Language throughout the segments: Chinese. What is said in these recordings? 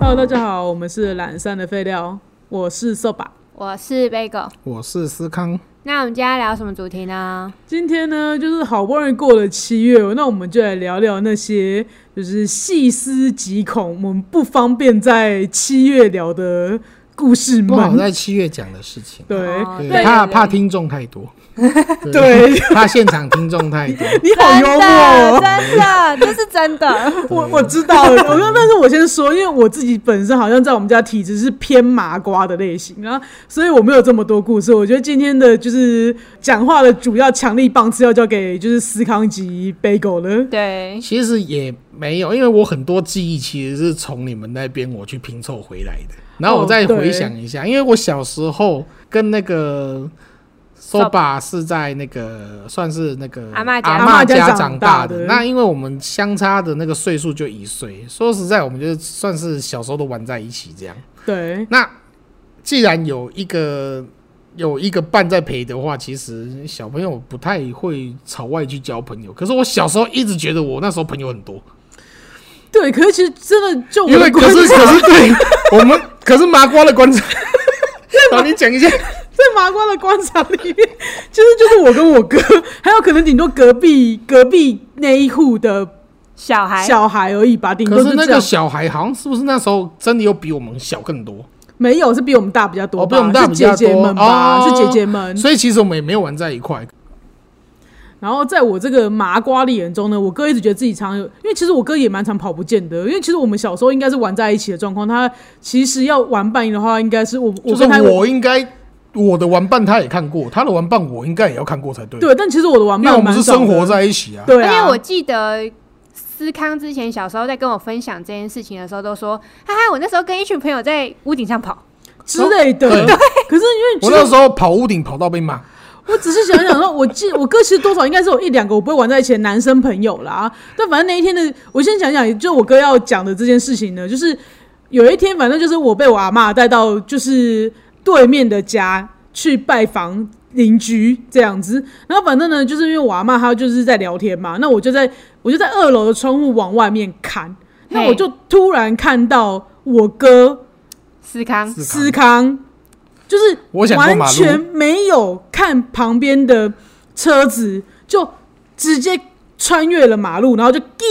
Hello，大家好，我们是懒散的废料，我是瘦吧。我是 Bagel。我是思康，那我们今天要聊什么主题呢？今天呢，就是好不容易过了七月，那我们就来聊聊那些就是细思极恐，我们不方便在七月聊的故事不好们。在七月讲的事情，对、哦对对怕对怕听众太 多，对，怕现场听众太 多，你好幽默哦、真的，这是真的。我我知道了，我说，但是我先说，因为我自己本身好像在我们家体质是偏麻瓜的类型，然后所以我没有这么多故事。我觉得今天的就是讲话的主要强力棒次要交给就是思康及 Bagel 了。 对，其实也没有，因为我很多记忆其实是从你们那边我去拼凑回来的，然后我再回想一下，因为我小时候跟那个。说吧，是在那个算是那个阿嬷家阿阿嬷嬷家家长长大大的的。那因为我们相差的那个岁数就一岁，说实在，我们就算是小时候都玩在一起这样。对，那既然有一个有一个伴在陪的话，其实小朋友不太会朝外去交朋友。可是我小时候一直觉得我那时候朋友很多，对，可是其实真的就哦我因为的啊可观是察可是对我们可是麻瓜的观察， 好，你讲一下，在麻瓜的观察里面，其实就是我跟我哥，还有可能顶多隔壁隔壁那一户的小孩小孩啊而已吧，顶多可是那这个样。小孩好像是不是那时候真的有比我们小更多？没有，是比我们大比较多吧，哦比我们大比较多是姐姐们吧，哦是姐姐们。所以其实我们也没有玩在一块。然后在我这个麻瓜的眼中呢，我哥一直觉得自己常有，因为其实我哥也蛮常跑不见的，因为其实我们小时候应该是玩在一起的状况，他其实要玩伴的话，应该是我我就是跟他我应该我的玩伴他也看过，他的玩伴我应该也要看过才对。对，但其实我的玩因为伴我们是蛮少生活的在一起啊。对而啊，且我记得思康之前小时候在跟我分享这件事情的时候，都说：“哈哈，我那时候跟一群朋友在屋顶上跑。之类的。对可是因为其 我实那时候跑屋顶跑到被骂，我只是想想说，我记我哥其实多少应该是有一两个我不会玩在一起的男生朋友啦。但反正那一天的，我先讲讲，就我哥要讲的这件事情呢，就是有一天，反正就是我被我阿嬷带到就是对面的家去拜访邻居这样子。然后反正呢，就是因为我阿嬷她就是在聊天嘛，那我就在我就在二楼的窗户往外面看，那嘿我就突然看到我哥”思康，思思康，就是我想过马完路全没有看旁边的车子，就直接穿越了马路，然后就滴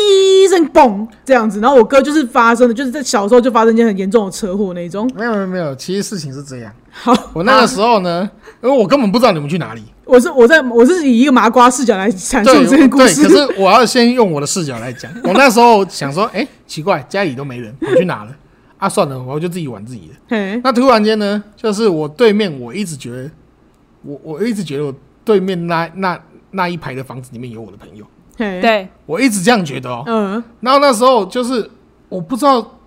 一声嘣这样子。然后我哥就是发生的，就是在小时候就发生一件很严重的车祸那一种。没有没有没有，其实事情是这样。好，我那个时候呢，因为我根本不知道你们去哪里。我是我在我是以一个麻瓜视角来阐对述这对，个故可事。是我要先用我的视角来讲。我那时候想说，哎、奇怪，家里都没人，我去哪了？ 啊，算了，我就自己玩自己的。嘿，那突然间呢，就是我对面，我一直觉得，我我一直觉得我对面那那那一排的房子里面有我的朋友，嘿，，对，我一直这样觉得哦、嗯，然后那时候就是我不知道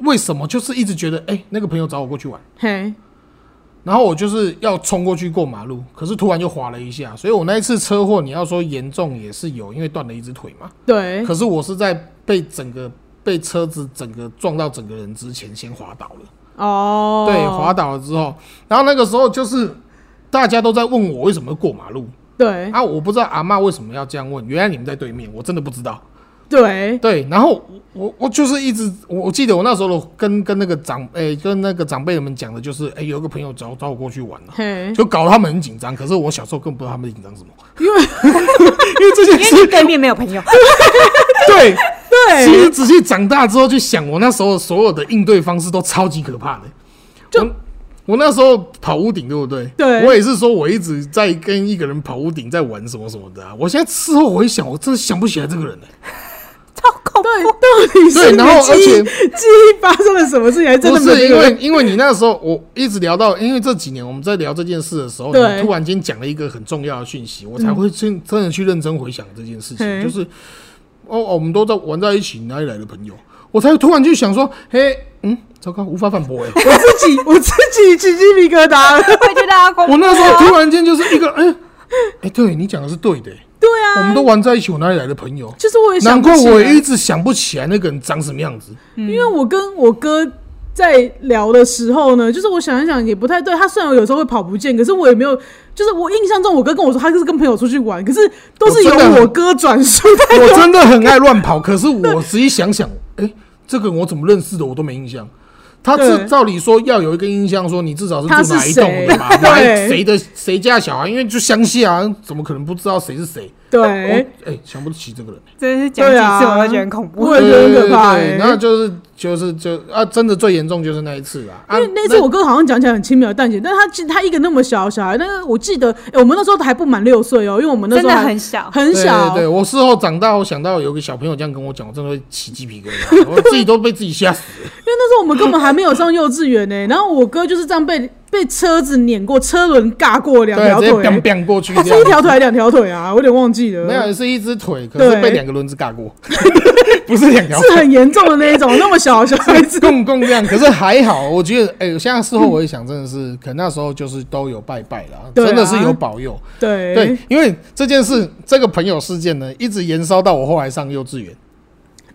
为什么，就是一直觉得，哎、那个朋友找我过去玩。嘿，然后我就是要冲过去过马路，可是突然就滑了一下，所以我那一次车祸，你要说严重也是有，因为断了一只腿嘛。对，可是我是在被整个被车子整个撞到整个人之前先滑倒了，哦，对，滑，倒了之后，然后那个时候就是大家都在问我为什么过马路对，啊，我不知道阿嬷为什么要这样问，原来你们在对面，我真的不知道。对，对，然后我我我就是一直，我我记得我那时候的跟跟那个长诶、跟那个长辈们讲的就是，诶、有个朋友找找我过去玩了、啊嘿，就搞得他们很紧张。可是我小时候根本不知道他们在紧张什么，因为因为这件 因为你事，对面没有朋友。对，其对，实仔细长大之后去想，我那时候所有的应对方式都超级可怕的。就我我那时候跑屋顶，对不对？对我也是说，我一直在跟一个人跑屋顶，在玩什么什么的、啊。我现在事后回想，我真的想不起来这个人了、超恐怖对，到底是对你的然后而记忆且记忆发生了什么事情，还 真不的没有是这因个人为，因为你那时候，我一直聊到，因为这几年我们在聊这件事的时候，你对嗯突然间讲了一个很重要的讯息，我才会真真的去认真回想这件事嘿情，就是哦，哦我们都在玩在一起，哪里来的朋友？我才突然就想说，嘿，嗯，糟糕，无法 反驳哎、我自己我自己起鸡皮疙瘩了。会觉得好恐怖。我那时候突然间就是一个，哎、哎、对你讲的是对的、哎对我啊，们都玩在一起，我哪里来的朋友？就是我也想难不怪起我来嗯一直想不起来那个人长什么样子。因为我跟我哥在聊的时候呢，就是我想一想也不太对。他虽然有时候会跑不见，可是我也没有，就是我印象中我哥跟我说他就是跟朋友出去玩，可是都是由我真的我哥转述哦的。我真的很爱乱跑，可是我仔细想想，哎、这个我怎么认识的我都没印象。他对这照理说要有一个印象，说你至少是他住是哪一栋的吧？谁 哪对谁的谁家小孩？因为就乡下、啊，怎么可能不知道谁是谁？我对，哎，想不起这个人。真的是讲对几啊次我都觉得很恐怖。我也觉得很可怕、对对对欸。然后就是就是就啊，真的最严重就是那一次啊，啊因为那次我哥好像讲起来很轻描淡写，但他其实他一个那么小的小孩，但是我记得，哎、我们那时候还不满六岁哦，因为我们那真时候的还很小，很小，对对对，我事后长大，我想到有个小朋友这样跟我讲，我真的会起鸡皮疙瘩，我自己都被自己吓死。因为那时候我们根本还没有上幼稚园呢、 然后我哥就是这样被被车子碾过，车轮尬过两对，条直接腿、 biang biang 过去他这 是一样。条腿还是两条腿啊？我有点忘记了，没有，是一只腿，可是对被两个轮子尬过， 不是两条是很严重的那一种， 那么小的小孩子腿，，共共这样。可是还好，我觉得，哎、现在事后我也想，真的是，可能那时候就是都有拜拜啦，对啊真的是有保佑。对 对，因为这件事，这个朋友事件呢，一直延烧到我后来上幼稚园。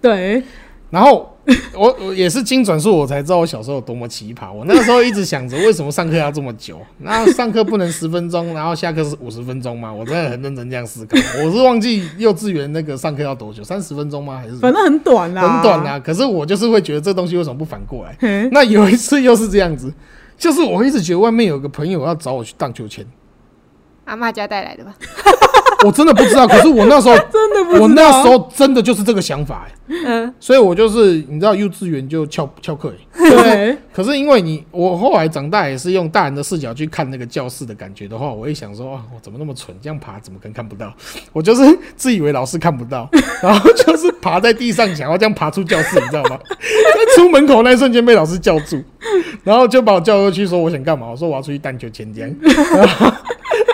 对然 后我我也是经转述，我才知道我小时候有多么奇葩。我那个时候一直想着，为什么上课要这么久？那上课不能十分钟，然后下课是五十分钟吗？我真的很认真这样思考。我是忘记幼稚园那个上课要多久，三十分钟吗？还是反正很短啦，很短啊？可是我就是会觉得这东西为什么不反过来？ 嘿。那有一次又是这样子，就是我一直觉得外面有个朋友要找我去荡秋千，阿妈家带来的吧？我真的不知道。可是我那时候 真的不知道我那时候真的就是这个想法、欸嗯，所以我就是你知道幼稚园就翘翘课、欸。对， 可是因为你，我后来长大也是用大人的视角去看那个教室的感觉的话，我一想说啊，我怎么那么蠢，这样爬怎么可能看不到？ 我就是自以为老师看不到，然后就是爬在地上，想要这样爬出教室，你知道吗？ 在出门口那一瞬间被老师叫住，然后就把我叫过去说我想干嘛？我说我要出去荡秋千这样。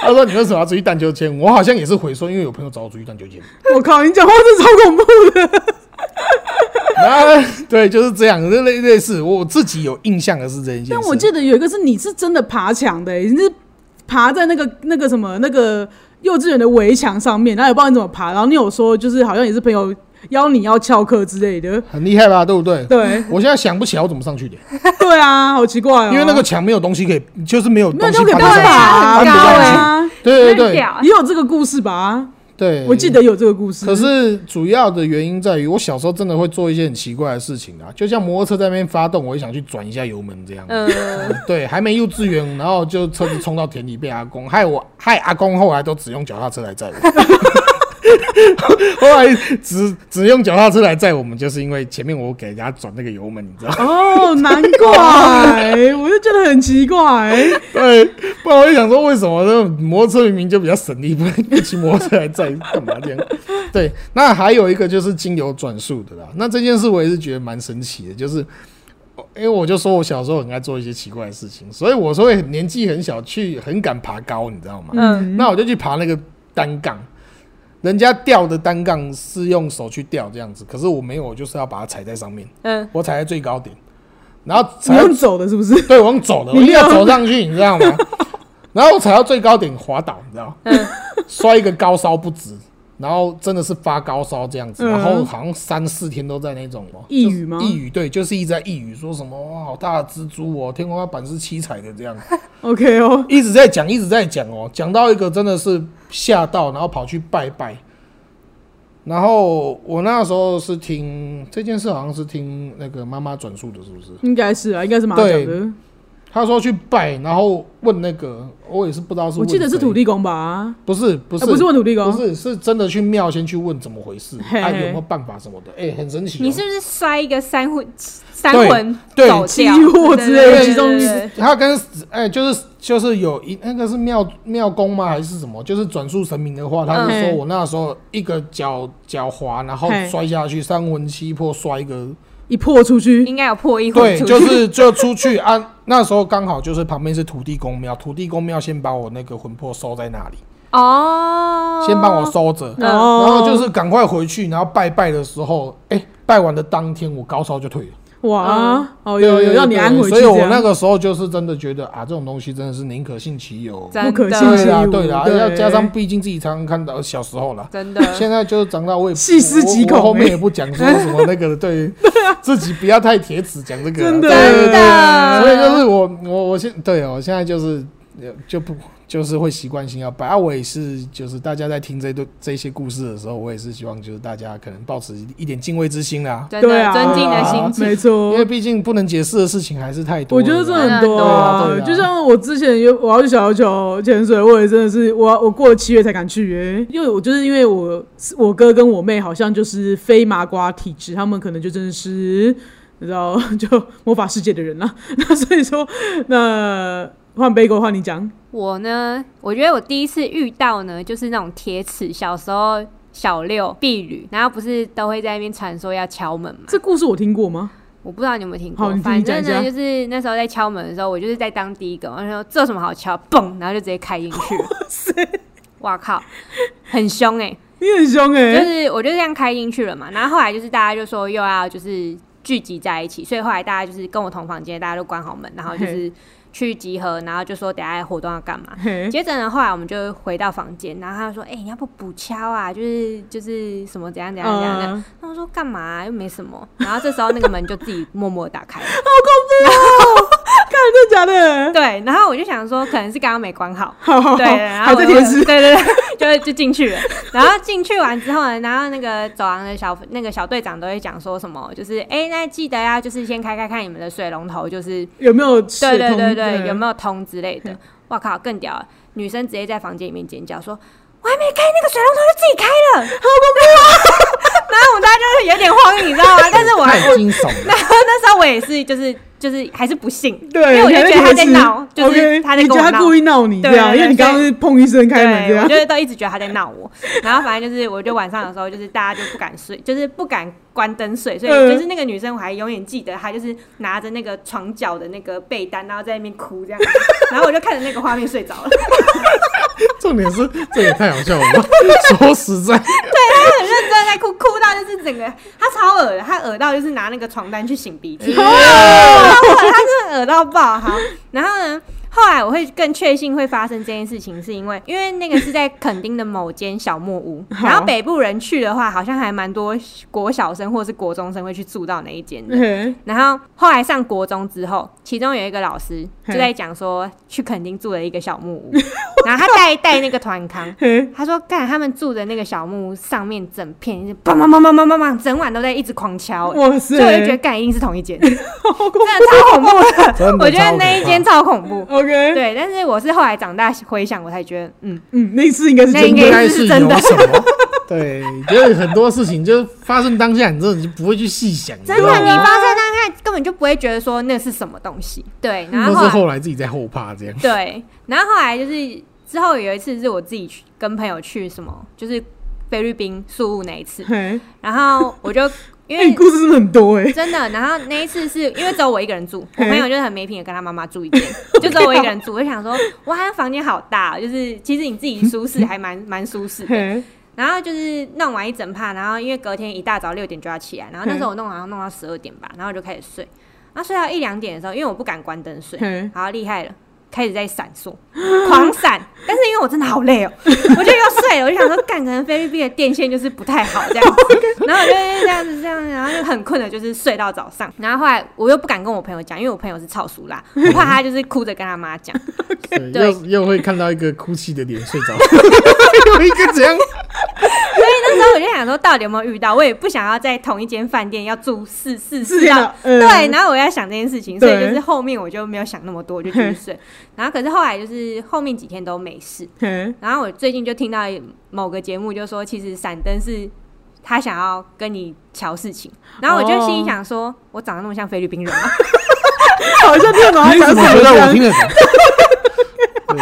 然后他说：“你为什么要出去荡秋千？”我好像也是回说，因为有朋友找我出去荡秋千。我靠，你讲话真的超恐怖的，啊，对，就是这样，类类似我自己有印象的是这一件事。但我记得有一个是你是真的爬墙的、欸，你是爬在那个那个什么那个幼稚园的围墙上面，然后也不知道你怎么爬，然后你有说就是好像也是朋友邀你要翘课之类的，很厉害吧，对不对？对我现在想不起来我怎么上去的，对啊，好奇怪哦、因为那个墙没有东西可以，就是没有没有东西就可以攀攀对上去。爬，啊很高啊，对对很对屌啊也有这个故事吧？对，我记。得有这个故事，嗯可是主要的原因在于，我小时候真的会做一些很奇怪的事情啊，就像摩托车在那边发动，我也想去转一下油门这样。嗯， 对，还没幼稚园，然后就车子冲到田里被阿公害我，害阿公后来都只用脚踏车来载我。 后来只只用脚踏车来载我们，就是因为前面我给人家转那个油门，你知道吗？哦，难怪，我就觉得很奇怪、对，不然我就想说，为什么那种摩托车明明就比较省力，不能骑摩托车来载干嘛这样？对，那还有一个就是经由转述的啦。那这件事我也是觉得蛮神奇的，就是我因为我就说我小时候很爱做一些奇怪的事情，所以我说会年纪很小去很敢爬高，你知道吗？嗯那我就去爬那个单杠。人家吊的单杠是用手去吊这样子，可是我没有，我就是要把它踩在上面，嗯，我踩在最高点，然后你踩到用走的是不是？对，我用走的，我你一定要用走上去，你知道吗？然后我踩到最高点滑倒，你知道，摔一个高烧不止，然后真的是发高烧这样子，嗯然后好像三四天都在那种哦，抑就是郁吗抑郁，对，就是一直在抑郁，说什么哦哇，好大的蜘蛛哦，天花板是七彩的这样， OK 哦，一直在讲，一直在讲哦，讲到一个真的是吓到，然后跑去拜拜。然后我那时候是听这件事，好像是听那个妈妈转述的，是不是？应该是啊，应该是马上讲对的，他说去拜，然后问那个，我也是不知道是我记得是土地，地公吧？不是不是、啊不是问土地公，不是是真的去庙先去问怎么回事，嘿啊有没有办法什么的，哎、很神奇、哦。你是不是摔一个三魂三对魂对走期掉货之类的对对其中对对他跟哎、就是就是有一那个是庙庙公吗还是什么？就是转述神明的话，他是嗯说嘿我那时候一个脚脚滑，然后嘿摔下去，三魂七魄摔 一个，一破出去，应该有破一魂对，出去，就是就出去啊。那时候刚好就是旁边是土地公庙，土地公庙先把我那个魂魄收在那里，哦，先帮我收着。嗯哦，然后就是赶快回去，然后拜拜的时候，哎、拜完的当天我高烧就退了，哇，哦，对有嗯对有对让你对安回去所这以样，我那个时候就是真的觉得啊，这种东西真的是宁可信其有，真的不可信对其啦无对啦，对要加上毕竟自己常常看到小时候啦， 真的，现在就是长大我也嗯细思极恐我我后面欸也不讲说什么那 个对，自己不要太铁齿讲这个啊，真的对对对真的哦所以就是我我我现对我现在就是呃就不就是会习惯性要拜啊。我也是，就是大家在听这段这些故事的时候，我也是希望就是大家可能保持一点敬畏之心啦， 真的、啊，尊敬的心没情，错因。为毕竟不能解释的事情还是太多哦我了。觉得这很多多对啊对啊就像我之前有我要去小琉球潜水，我也真的是我我过了七月才敢去耶、因为我就是因为我我哥跟我妹好像就是非麻瓜体质，他们可能就真的是你知道 就魔法世界的人啦、啊 那所以说，那换杯狗换你讲，我呢，我觉得我第一次遇到呢，就是那种铁齿，小时候小六婢女，然后不是都会在那边传说要敲门嘛。这故事我听过吗？我不知道你有没有听好过，你自己反正讲呢，一下就是那时候在敲门的时候，我就是在当第一个嘛，然后说这有什么好敲，嘣，然后就直接 开进去。哇靠，很凶哎、你很凶哎、就是我就这样开进去了嘛。然后后来就是大家就说又要就是聚集在一起，所以后来大家就是跟我同房间，大家都关好门，然后就是去集合，然后就说等一下活动要干嘛。嘿，接着呢，后来我们就回到房间，然后他就说：“哎、你要不补敲啊？就是就是什么怎样怎样怎样怎样。嗯那我说：“干嘛啊、又没什么。”然后这时候那个门就自己默默地打开了。真的假的？对，然后我就想说，可能是刚刚没关好。好哦好好，对，然后还我在就填词对，对 对，就就进去了。然后进去完之后呢，然后那个走廊的小那个小队长都会讲说什么，就是哎、那记得要就是先开开看你们的水龙头，就是有没有血对对统对对，有没有通之类的嗯。哇靠，更屌了！女生直接在房间里面尖叫说：“我还没开那个水龙头就自己开了，好啊恐怖！” 然后我们大家就是有点慌，你知道吗？但是我还 太惊悚了。然后那时候我也是就是就是还是不信，对，因为我就觉得他在你还闹，就 OK，是他在你跟觉我得他闹故。意闹你这对样，对因为你对刚刚是砰一声开门这对，我样，就是都一直觉得他在闹我， 然后反正就是，我就晚上的时候，就是大家就不敢睡，就是不敢关灯睡，所以嗯就是那个女生，我还永远记得她就是拿着那个床角的那个被单，然后在那边哭这样， 然后我就看着那个画面睡着了。重点是这也太好笑了 吧？说实在，他很认真地在哭，哭到就是整个他超恶的，他恶到就是拿那个床单去擤鼻涕，超恶的，他真的恶到爆。好，然后呢，后来我会更确信会发生这件事情，是因为因为那个是在垦丁的某间小木屋，好然后北部人去的话，好像还蛮多国小生或是国中生会去住到那一间的。嘿然后后来上国中之后，其中有一个老师就在讲说，去垦丁住了一个小木屋，然后他带带那个团康，嘿，他说：“干，他们住的那个小木屋上面整片，砰砰砰砰砰砰砰，整晚都在一直狂敲、欸，哇所以我就觉得塞干一定是同一 间，真的超恐怖的。真的我觉超得可那一怕间超恐 怖。 ，OK，对，但是我是后来长大回想，我才觉得，嗯，嗯，那一次应该是那真应的，应该该是是真有的什么？ 对，就是很多事情就是发生当下，你真的就不会去细想，真知道的，吗你发生当下根本就不会觉得说那是什么东西。对，然后都嗯后是来啊后来自己在后怕这样。对，然后后来就是之后有一次是我自己去跟朋友去什么，就是菲律宾宿务那一次，嘿，然后我就因哎，为你故事真的很多哎，真的，然后那一次是因为只有我一个人住，我嘿朋友就是很没品的跟他妈妈住一间，就只有我一个人住。我就想说，哇，他房间好大哦，就是其实你自己舒适还蛮蛮舒适的。嘿，然后就是弄完一整趴，然后因为隔天一大早六点就要起来，然后那时候我弄好像弄到十二点吧，然后我就开始睡。然后睡到一两点的时候，因为我不敢关灯睡嘿，好厉害了。开始在闪烁，狂闪，但是因为我真的好累哦、我就又睡了。我就想说，干，可能菲律宾的电线就是不太好这样子，然后我就这样子这样子，然后就很困的，就是睡到早上。然后后来我又不敢跟我朋友讲，因为我朋友是超熟啦，我怕他就是哭着跟他妈讲。对，对又又会看到一个哭泣的脸 睡着，有一个怎样？那时候我就想说，到底有没有遇到？我也不想要在同一间饭店要住四四是四这到样，嗯对，，然后我要想这件事情，所以对就是后面我就没有想那么多，我就继续睡。然后可是后来就是后面几天都没事。嘿，然后我最近就听到某个节目就说，其实闪灯是他想要跟你瞧事情。然后我就心里想说，我长得那么像菲律宾 人吗？好像电脑还 你讲怎什么么觉这得我样听得懂？对，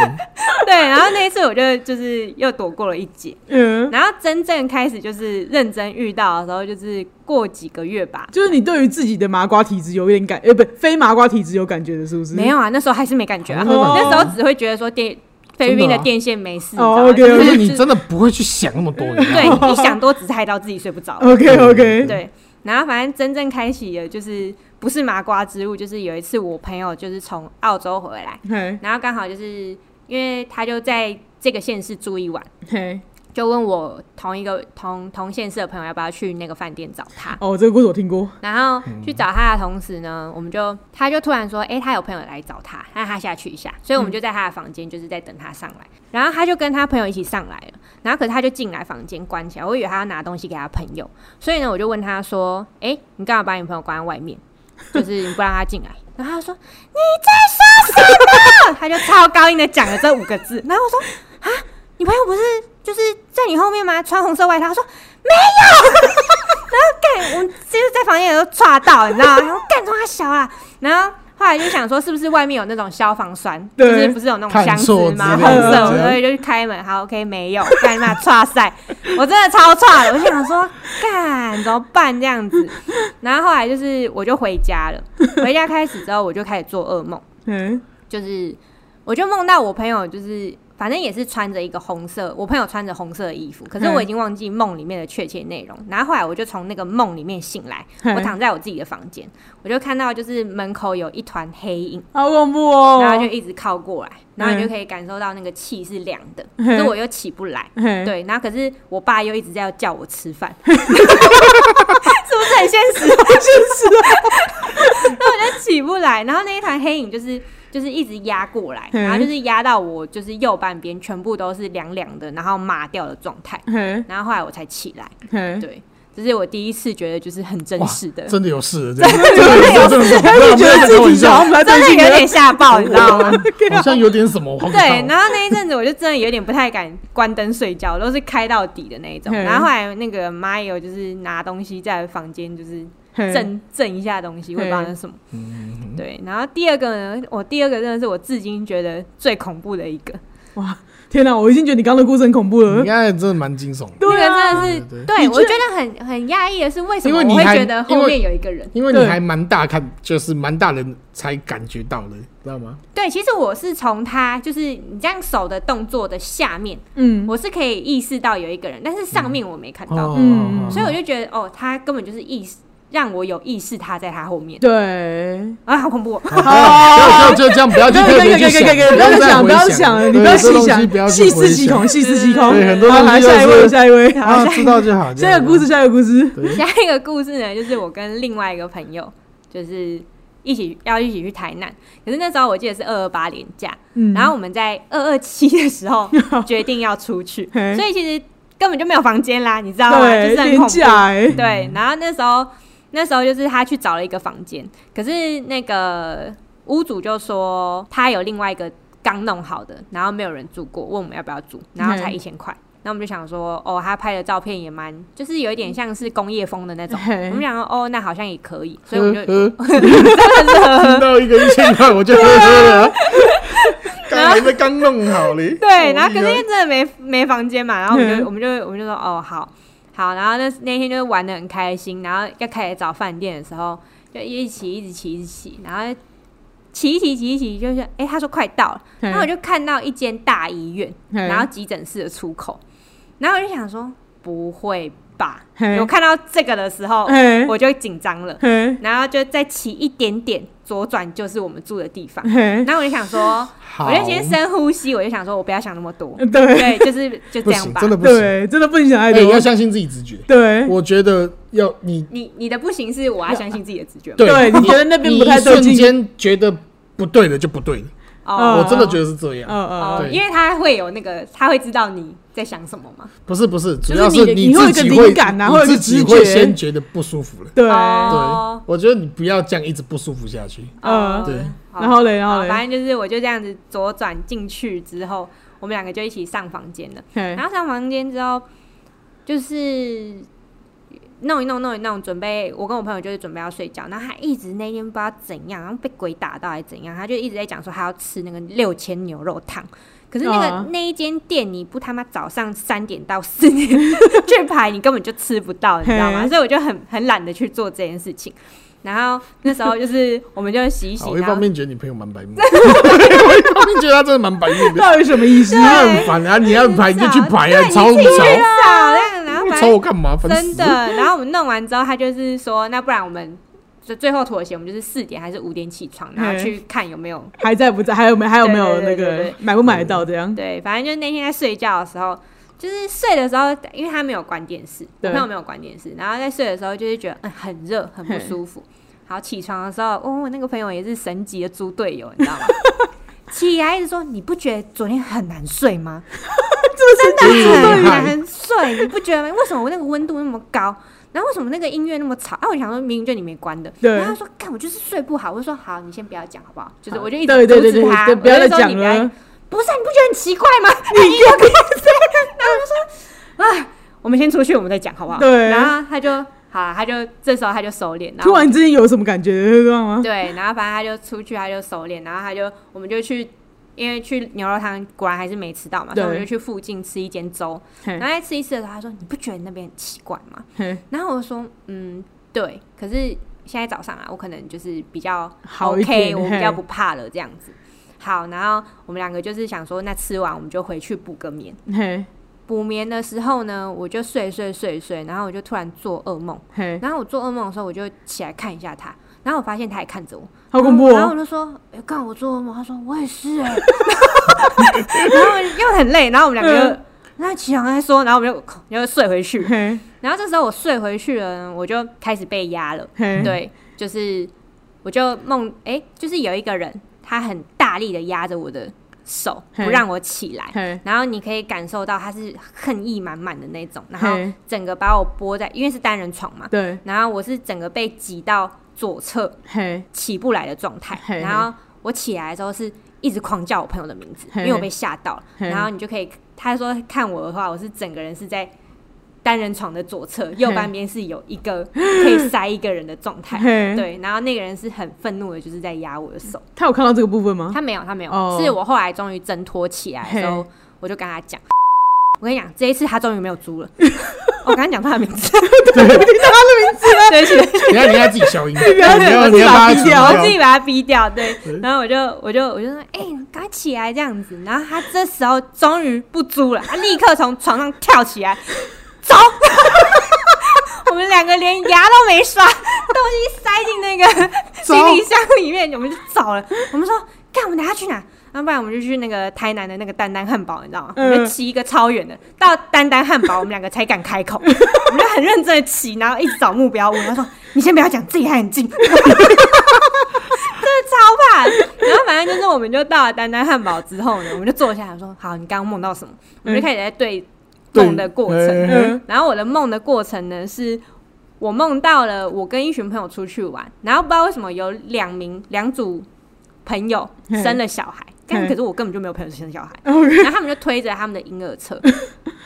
对。然后那一次我就就是又躲过了一劫。嗯，然后真正开始就是认真遇到的时候，就是过几个月吧。就是你对于自己的麻瓜体质有一点感，呃，不，非麻瓜体质有感觉的，是不是？没有啊，那时候还是没感觉啊，真的吗那时候只会觉得说电菲律宾的真的啊电线没事，哦你知道 OK，OK 吗就是就是你真的不会去想那么多，你知道吗对一想多只是害到自己睡不着。 ，OK 嗯 OK，对，然后反正真正开启的就是不是麻瓜之路，就是有一次我朋友就是从澳洲回来，嘿，然后刚好就是因为他就在这个县市住一晚，嘿，就问我同一个同同县市的朋友要不要去那个饭店找他。哦，这个故事我听过。然后去找他的同时呢，我们就他就突然说，哎、他有朋友来找他，让他下去一下，所以我们就在他的房间，就是在等他上来。然后他就跟他朋友一起上来了，然后可是他就进来房间关起来，我以为他要拿东西给他朋友，所以呢，我就问他说，哎、你干嘛把你朋友关在外面？ 就是你不让他进来。然后他就说你在说什么？他 就超高音的讲了这五个字。然后我说啊，你朋友不是就是在你后面吗？穿红色外套。他说 没有。然后干，我就是在房间也都抓到，你知道吗？然后干中他小啊。然后后来就想说，是不是外面有那种消防栓？就对是不是有那种箱子吗？探红索之类的色，所以就去开门。好，OK，没有。干嘛？抓塞，我真的超抓的。我就想说，干怎么办这样子？然后后来就是我就回家了，回家开始之后我就开始做噩梦，嗯，就是我就梦到我朋友就是。反正也是穿着一个红色，我朋友穿着红色的衣服，嗯可是我已经忘记梦里面的确切内容。然后后来我就从那个梦里面醒来，嗯我躺在我自己的房间，我就看到就是门口有一团黑影，好恐怖哦。然后就一直靠过来，然后嗯你就可以感受到那个气是凉的，嗯可是我又起不来。 嘿，对，然后可是我爸又一直在叫我吃 饭，是不是很现现实？ 实啊。我就起不来，然后那一团黑影就是就是一直压过来，嗯然后就是压到我就是右半边全部都是凉凉的，然后麻掉的状态，嘿，然后后来我才起来，嘿，对。这是我第一次觉得就是很真哇实的，真的有事了，真的真的有事，真的有事，他会觉得自己不要好像不太对真的劲有点吓爆，你知道吗？不要好像有点什么，我不知道对，然后那一阵子我就真的有点不太敢关灯睡觉，我都是开到底的那一种。嗯然后后来那个妈也有就是拿东西在房间就是嘿震震一下东西，我也不知道那是什么。嗯，对，然后第二个呢，我第二个真的是我至今觉得最恐怖的一个，哇，天哪！我已经觉得你刚刚的故事很恐怖你了应。该真的蛮惊悚的，那个对啊，真的对是对对你我觉觉得很很压抑的是，为什么因为我你会还觉得因后为面有一个人？因为你对还蛮大看，就是蛮大人才感觉到的，知道吗？对，其实我是从他就是你这样手的动作的下面，嗯，我是可以意识到有一个人，但是上面我没看哦到。嗯所以我就觉得哦，他根本就是意识让我有意识他在他后面对。啊，好恐怖、哦！好，就就这样，不要去可以特可以别可以去可以可以，不不要再再想，不要回想了，对你不要细想，这东西不要去细回思极想恐，细思极恐。对很多好东西来就下一位，是下一位，啊，知道就好。下一个故事，下一个故事。 下一个故事呢，就是我跟另外一个朋友，就是一起要一起去台南，可是那时候我记得是二二八连假，嗯，然后我们在二二七的时 候决定要出去，嘿所以其实根本就没有房间啦，你知道吗？就对是很廉恐怖。价哎，对，然后那时候那时候就是他去找了一个房间，可是那个屋主就说他有另外一个刚弄好的，然后没有人住过，问我们要不要住，然后才嗯一千块。那我们就想说，哦，他拍的照片也蛮，就是有一点像是工业风的那种。嘿我们想说，哦，那好像也可以，所以我们就呃呃听到一个一千块我就呵呵了，刚还没刚弄好 嘞。对，然后可是我一个因为真的没没房间嘛，然后我们就嗯我们就我们就说哦好好，然后那那天就是玩的很开心，然后要开始找饭店的时候，就一起一直骑一直骑，然后骑一骑骑一骑，就是哎、诶他说快到了，嘿然后我就看到一间大医院，嘿然后急诊室的出口，然后我就想说不会吧，嘿我看到这个的时候嘿我就紧张了，嘿然后就再骑一点点左转就是我们住的地方，嘿，然后我就 想说。好，我就先深呼吸，我就想说，我不要想那么多，对对，就是就这不样行，吧真。的不嗯行。对，真的不影响爱哎，的你要相信自己直觉。对我觉得要你你你的不行是我要相信自己的直觉吗？对，你你觉得那边你不太一对瞬劲？间觉得不对了就不对了，嗯哦我真的觉得是这样。嗯嗯，哦对，因为他会有那个，他会知道你在想什么嘛。不是不是，主是要你的你你会有自一个己灵会感啊你会有一个自己直会觉先觉得不舒服了。对，哦然哦对，我觉得你不要这样一直不舒服下去。嗯哦对好后嘞，然好后嘞，反正就是我就这样子左转进去之后，我们两个就一起上房间了。嘿然后上房间之后，就是弄一弄弄一弄，准备我跟我朋友就是准备要睡觉，然后他一直那天不知道怎样，然后被鬼打到还是怎样，他就一直在讲说他要吃那个六千牛肉汤。可是那个、嗯那一间店，你不他妈早上三点到四点去排，你根本就吃不到，你知道吗？嘿所以我就很很懒得去做这件事情。然后那时候就是我们就洗一洗， 好，我一然后方面觉得你朋友蛮白目， 我一方面觉得他真的蛮白目的。到底什么意思？那很烦啊！你要排你就去排啊，对吵你你自己去吵，找这样，然后反吵正我 干嘛？烦真死的了！。然后我们弄完之后，他就是说，那不然我们就最后妥协，我们就是四点还是五点起床，然后嗯去看有没有。还在不在？还有没还有没有那对对对对个对买不买得到这样？对，反正就是那天在睡觉的时候，就是睡的时候，因为他没有关电视，我对朋友没有关电视，然后在睡的时候就是觉得嗯很热，很不舒服。好，起床的时候，哦，我那个朋友也是神级的猪队友，你知道吗？ 起来一直说你不觉得昨天很难睡吗？真很厉害，难睡，你不觉得吗？为什么我那个温度那么高？然后为什么那个音乐那么吵？啊，我想说明明就你没关的。对然后他说：“看，我就是睡不好。”我就说：“好，你先不要讲好不好？”就是我就一对直对阻对止对他，对，我不要再就说讲你不要了。不是啊，你不觉得很奇怪吗？你又跟我睡，然后我就说啊，我们先出去，我们再讲好不好？对然后他就好啊，他就这时候他就收敛，然突后然之间有什么感觉， 知道吗？对，然后反正他就出去，他就收敛，然后他就我们就去。因为去牛肉汤果然还是没吃到嘛，所以我对就去附近吃一间粥。嘿然后在吃一次的时候，他说：“你不觉得那边很奇怪吗嘿，？”然后我就说：“嗯，对。可是现在早上啊，我可能就是比较好 OK，一点我比嘿较不怕了这样子。”好，然后我们两个就是想说，那吃完我们就回去补个眠。嘿，补眠的时候呢，我就睡睡睡睡，然后我就突然做噩梦，嘿，然后我做噩梦的时候，我就起来看一下他，然后我发现他也看着我，好恐怖然后我哦！就说：“哎、刚好我做噩梦。”他说：“我也是、哎。” 然后又很累，然后我们两个就嗯那起床再说，然后我们就又睡回去。嘿，然后这时候我睡回去了，我就开始被压了。嘿，对，就是我就梦，哎、就是有一个人，他很大力的压着我的手，嘿不让我起来。嘿，然后你可以感受到他是恨意满满的那种，然后嘿整个把我拨在，因为是单人床嘛，对，然后我是整个被挤到左侧嘿，起不来的状态嘿，嘿然后我起来的时候是一直狂叫我朋友的名字，嘿因为我被吓到了，嘿然后你就可以，他说看我的话，我是整个人是在。单人床的左侧右半边是有一个可以塞一个人的状态，嘿，对，然后那个人是很愤怒的，就是在压我的手，他有看到这个部分吗？他没有，他没有，哦是我后来终于挣脱起来的时候嘿，我就跟他讲，我跟你讲，这一次他终于没有 租了。我刚刚讲他的名字， 对不起，对不起，你看你看自己消音，不要你要自你己要把它把它除逼掉我掉自己把他逼掉。对，然后我就我就我就说，哎、你赶快起来这样子。然后他这时候终于不租了，他立刻从床上跳起来，走。 我们两个连牙都没刷，东西塞进那个走行李箱里面，我们就走了。我们说，干，我们等下去哪？要不然我们就去那个台南的那个丹丹汉堡，你知道吗？嗯我们就骑一个超远的到丹丹汉堡，我们两个才敢开口。我们就很认真的骑，然后一直找目标物。他说：“你先不要讲，自己还很近。”真的超怕。然后反正就是，我们就到了丹丹汉堡之后呢，我们就坐下来说：“好，你刚刚梦到什么？”我们就开始在对梦的过程。对嗯，然后我的梦的过程呢，是我梦到了我跟一群朋友出去玩，然后不知道为什么有两名两组朋友嘿生了小孩，但嘿可是我根本就没有朋友生小孩， OK 然后他们就推着他们的婴儿车，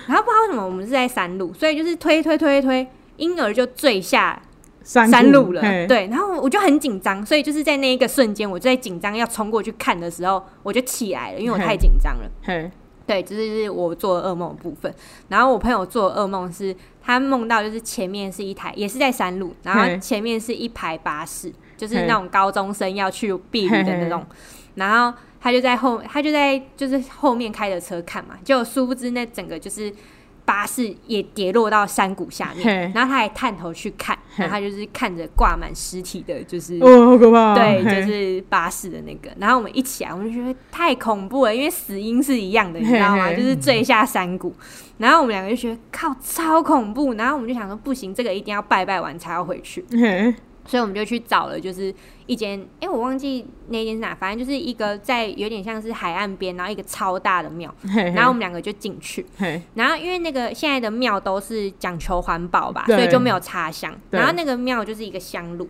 然后不知道为什么我们是在山路，所以就是推推推推，婴儿就坠下山山路了，嘿，对，然后我就很紧张，所以就是在那一个瞬间，我就在紧张要冲过去看的时候，我就起来了，因为我嘿太紧张了。嘿，对，这就是我做的噩梦的部分。然后我朋友做的噩梦是，他梦到就是前面是一台，也是在山路，然后嘿前面是一排巴士，就是嘿那种高中生要去避雨的那嘿嘿种嘿。然后他就在后，他就在就是后面开着车看嘛，就殊不知那整个就是巴士也跌落到山谷下面嘿，然后他还探头去看，然后他就是看着挂满尸体的，就是哦，好可怕哦！嗯对，就嘿是巴士的那个。然后我们一起来，我们就觉得太恐怖了，因为死因是一样的，你知道吗？嘿嘿就是坠下山谷。然后我们两个就觉得靠，超恐怖。然后我们就想说，不行，这个一定要拜拜完才要回去。嘿，所以我们就去找了，就是一间，哎、我忘记那间是哪，反正就是一个在有点像是海岸边，然后一个超大的庙。嘿嘿，然后我们两个就进去，嘿，然后因为那个现在的庙都是讲求环保吧，对所以就没有插香。对然后那个庙就是一个香炉，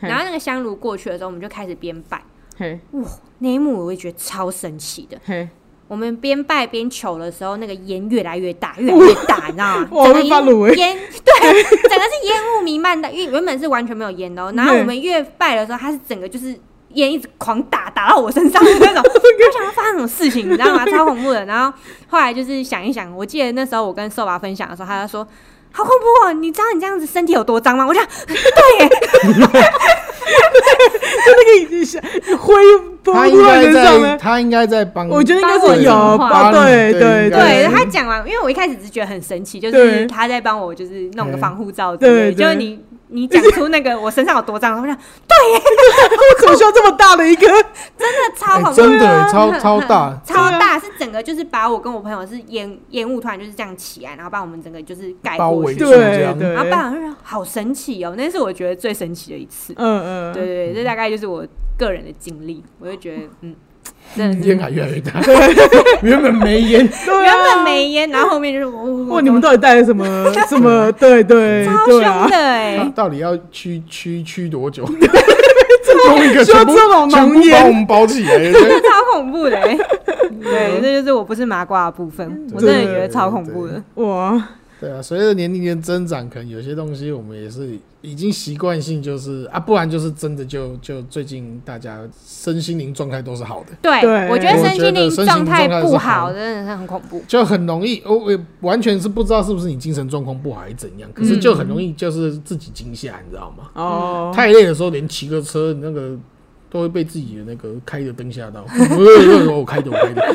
嘿然后那个香炉过去的时候，我们就开始边拜。嘿，哇，那一幕我也觉得超神奇的。嘿， 我们边拜边求的时候，那个烟越来 越大，越来越大，你知道吗？哇整个会发卤烟欸烟 对，整个是烟雾弥漫的，因为原本是完全没有烟的、哦。然后对我们越拜的时候，它是整个就是烟一直狂打，打到我身上的 那种。我想要发生什么事情，你知道吗？超恐怖的。然后后来就是想一想，我记得那时候我跟瘦娃分享的时候，他就说。好恐怖哦！你知道你这样子身体有多脏吗？我就想对耶，就那个像灰泼哎他应出来该人上在，呢，他应该在帮你，我觉得应该帮我是有讲话吧，对对对对他讲完，因为我一开始只是觉得很神奇，就对是他在帮我就是弄个嗯防护罩之类的，对就是对你你讲出那个我身上有多脏，我想我怎么需要这么大的一个？真的超哎恐怖，真的很超超大啊超大，是整个就是把我跟我朋友是烟烟雾突然就是这样起来，然后把我们整个就是盖包过围去住对这样。对然后爸爸说好神奇哦，那是我觉得最神奇的一次。嗯嗯，对对对，这大概就是我个人的经历，我就觉得嗯，真的是烟还越来越大，原本没烟，对原本啊。没烟，然后后面就是哇哇，你们到底带了什么？什么？ 对对超对啊凶！的哎、到到底要驱驱驱多久？弄一个说全部这种全浓部烟把我们包起来，对不 对超恐怖的、欸。嗯对，这就是我不是麻瓜的部分，我真的觉得超恐怖的。哇，对啊，随着年龄的增长，可能有些东西我们也是已经习惯性，就是啊，不然就是真的就就最近大家身心灵状态都是好的，对，对我觉得身心灵状态不好，我觉真的是很恐怖。就很容易，哦我、我也完全是不知道是不是你精神状况不好还是怎嗯样，可是就很容易就是自己惊吓，你知道吗？哦，太累的时候，连骑个车那个都会被自己的那个开的灯吓到， 我我开的我 开的，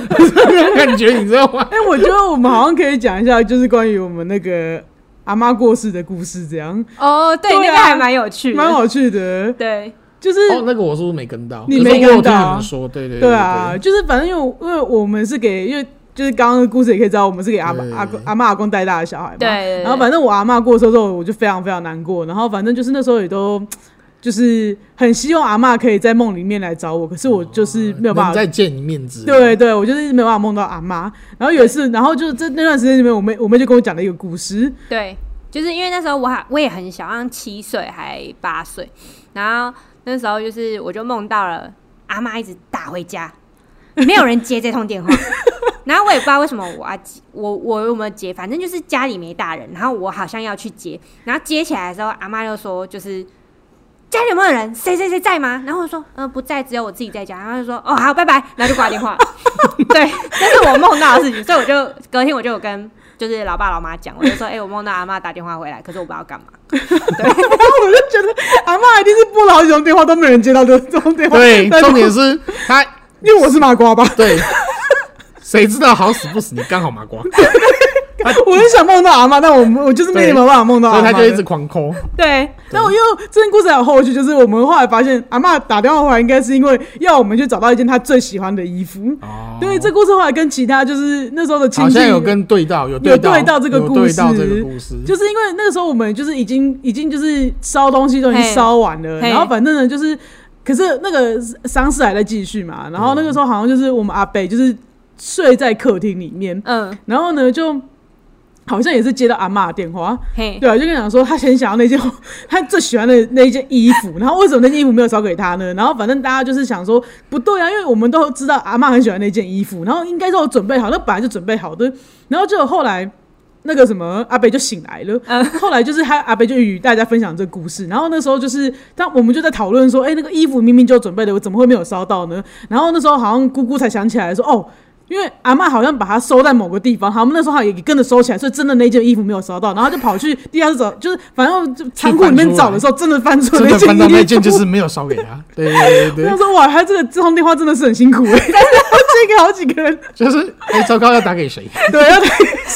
感觉你知道吗？哎、我觉得我们好像可以讲一下，就是关于我们那个阿妈过世的故事，这样哦，对，对啊那个还蛮有趣的，蛮好趣的。对，就是、哦，那个我是不是没跟到？嗯你可是没我有跟到听啊你们说，对对对啊，，就是反正因为因为我们是给因为。就是刚刚的故事也可以知道，我们是给阿爸对阿公阿妈阿公带大的小孩嘛。对对对然后反正我阿妈过世之后，我就非常非常难过。然后反正就是那时候也都，就是很希望阿妈可以在梦里面来找我，可是我就是没有办法能再见嗯一面之类的对对，我就是一直没有办法梦到阿妈。然后有一次，然后就在那段时间里面，我妹我妹就跟我讲了一个故事。 对，就是因为那时候我还我也很小，好像七岁还八岁，然后那时候就是我就梦到了阿妈一直打回家，没有人接这通电话，然后我也不知道为什么我要接，我我有没有接，反正就是家里没大人，然后我好像要去接，然后接起来的时候，阿妈就说就是。家里有没有人？谁谁谁在吗？然后我说，嗯、不在，只有我自己在家。然后就说，哦，好，拜拜，然后就挂电话。 对，这是我梦到的事情，所以我就隔天我就有跟就是老爸老妈讲，我就说，哎、我梦到阿妈打电话回来，可是我不知道干嘛。我就觉得阿妈一定是拨了好几通电话都没有人接到的这种 电话。 对，但重点是他因为我是麻瓜吧，对，谁知道好死不死你刚好麻 瓜，啊所 我很想梦到阿妈，但我我就是没有办法梦到阿以妈。他就一直。狂抠。对， 但我又这件故事还有后续，就是我们后来发现阿妈打电话回来，应该是因为要我们去找到一件她最喜欢的衣服。哦对，这故事后来跟其他就是那时候的亲好戚像有跟对到，有有到对到这个有故对事到这个故事，就是因为那个时候我们就是已经已经就是烧东西都已经嘿烧完了，嘿然后反正呢就是，可是那个丧事还在继续嘛，然后那个时候好像就是我们阿北就是睡在客厅里面，嗯，然后呢就好像也是接到阿妈的电话，嘿，对啊，就跟你讲说，他很想要那件 他最喜欢的那一件衣服，然后为什么那件衣服没有烧给他呢？然后反正大家就是想说，不对啊，因为我们都知道阿嬷很喜欢那件衣服，然后应该是有准备好，那本来就准备好的，然后就后来。那个什么阿北就醒来了，后来就是他阿北就与大家分享这个故事，然后那时候就是，当我们就在讨论说，哎、那个衣服明明就准备的，我怎么会没有烧到呢？然后那时候好像姑姑才想起来说，哦，因为阿嬷好像把它收在某个地方，好，我们那时候好像也跟着收起来，所以真的那件衣服没有收到，然后就跑去地下室找， 就是反正就仓库里面找的时候，真的翻出真了的一件翻到那衣件服。就是没有烧给他，对对我对想 对，说，哇，他这个这通电话真的是很辛苦哎、欸， 接给好几个 人，就是哎糟糕要打给谁，对，要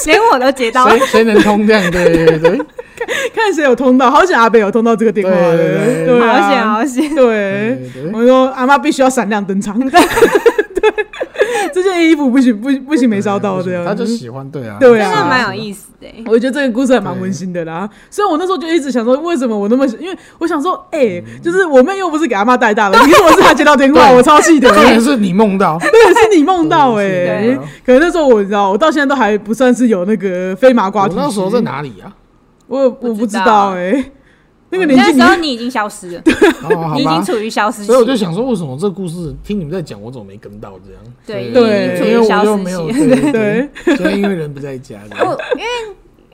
连我都接到，谁谁能通这样，对对对对，看谁有通到，好险阿北有通到这个电话的，对对对对好险啊，好险！对对对对我们说阿妈必须要闪亮登 场，对，这件衣服不行，不行不行， 没烧到这样，他就喜欢对啊，对真啊的蛮有意思的欸、我觉得这个故事还蛮温馨的啦，所以我那时候就一直想说，为什么我那么喜，因为我想说，哎、嗯就是我妹又不是给阿妈带大 的，你如果是她接到电话，对我超气的，重对点，是你梦到，是你梦到哎、对是啊可能那时候我知道，我到现在都还不算是有那个非麻瓜我体质。那时候在？哪里啊？我我不知道哎、那个年纪那你时候你已经消失啊了，哦，好你已经吧。处于消失期，所以我就想说，为什么这故事听你们在讲，我怎么没跟到这样？对对因为我又没有你 对对，对，就因为人不在家，这 样我因为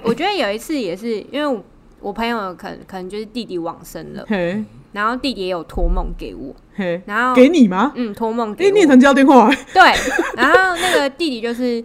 我觉得有一次也是因为我我朋友可能可能就是弟弟往生了，嘿然后弟弟也有托梦给我，嘿，然后给你吗？嗯托梦哎、给你也我，曾接到电话、欸？对，然后那个弟弟就是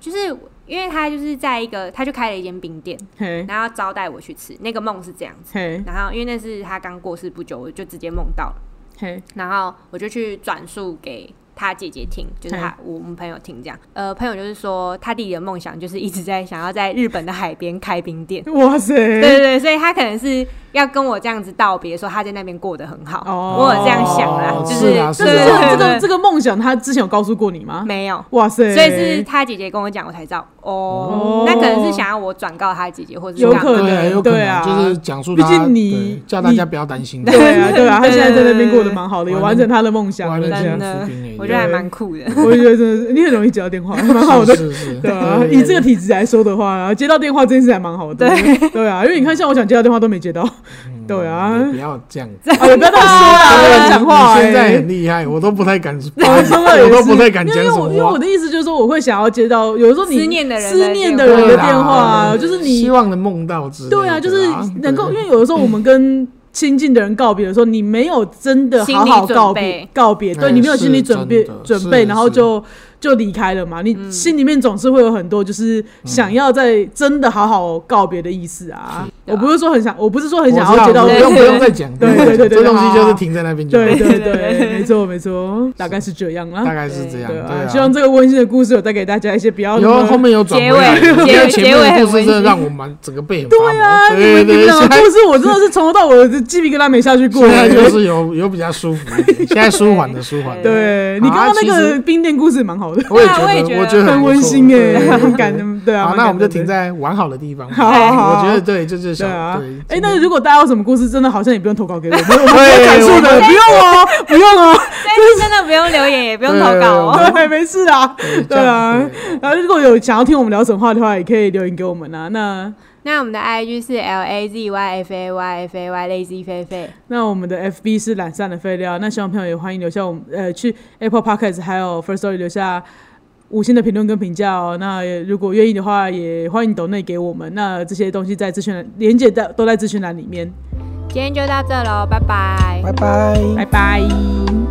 就是因为他就是在一个他就开了一间冰店，嘿然后招待我去吃，那个梦是这样子，嘿然后因为那是他刚过世不久，我就直接梦到了。嘿，。然后我就去转述给他姐姐听，就是他嗯我们朋友听这样。呃，朋友就是说他弟弟的梦想就是一直在想要在日本的海边开冰店哇塞，对对对，所以他可能是要跟我这样子道别，说他在那边过得很好。哦我有这样想啦，哦就是啊这对是这啊个这个对对这对，个梦想，他之前有告诉过你吗？没有。哇塞，所以是他姐姐跟我讲，我才知道哦哦，那可能是想要我转告他姐姐，或者 是有干嘛可能对啊，有可能对啊就是讲述毕他，竟你对叫大家你不要担心，对啊对啊，他对现在在那边过得蛮好的，有我还完成他的梦想我还了能这这样样真的子兵而已我觉得还蛮酷 的。我觉得真的是你很容易接到 电话，还蛮好的。是是是，对啊，以这个体质来说的话，接到电话这件事还蛮好的。对啊，因为你看，像我想接到电话都没接到。 对啊，嗯也不要这 样子。啊，也不要这样说啦，不要讲话。你现在哎很厉害，我都不太敢， 我真的也哎我是都不太敢因讲为什我因为么我话。的意思就是说，我会想要接到，有时候你思念的人的思念的电人话的对电啦话，啊就是希你望能梦到之类的对啊，啊，就是能够，因对为有的时候我们跟亲近的人告别的时候，你没有真的好心好理准告别备告别，对哎你没有是心理准备真的准备，是然后就就离开了嘛。嗯你心里面总是会有很多嗯就是想要在真的好好告别的意思啊。是我不是说很想，我不是说很想我知要道接到不对用对不对用再讲，对不用对对对这东西就是好停在那边就好对对对，没错没错，大概是这样啦。大概是这样，对对啊，啊。希望这个温馨的故事有带给大家一些比较以后后面有转回来，结尾我觉得前结尾面很的故事温馨真的让我们整个背很发对啊，毛。你们你对们对，两现个在故事我真的是从头到尾的鸡皮疙瘩没下去过。 现在就是有有比较舒服一点，现在舒缓的舒缓的。对你好刚啊刚那其个实冰店故事蛮 好的，我也觉对啊我也觉得，得我觉得很不温错馨对哎对，对很感对人。对啊，好，蛮那感我们动的就停。在玩好的地方吧。好好好我觉得对，就是对想啊对，哎，那如果大家有什么故事，真的好像也不用投稿给我们， 我们对有感触我的，们不用哦，不用 哦，但是真的不用留言，也不用投稿哦。对，没事啊，对啊。然后如果有想要听我们聊什么话的话，也可以留言给我们啊。那那我们的 IG 是 L A Z Y F A Y F A Y Lazy 菲菲，那我们的 FB 是懒散的废料，那希望朋友也欢迎留下我们呃去 Apple Podcast 还有 First Story 留下五星的评论跟评价哦。那也如果愿意的话，也欢迎抖内给我们。那这些东西在资讯栏连接的都在资讯栏里面。今天就到这喽，拜拜拜拜。拜拜。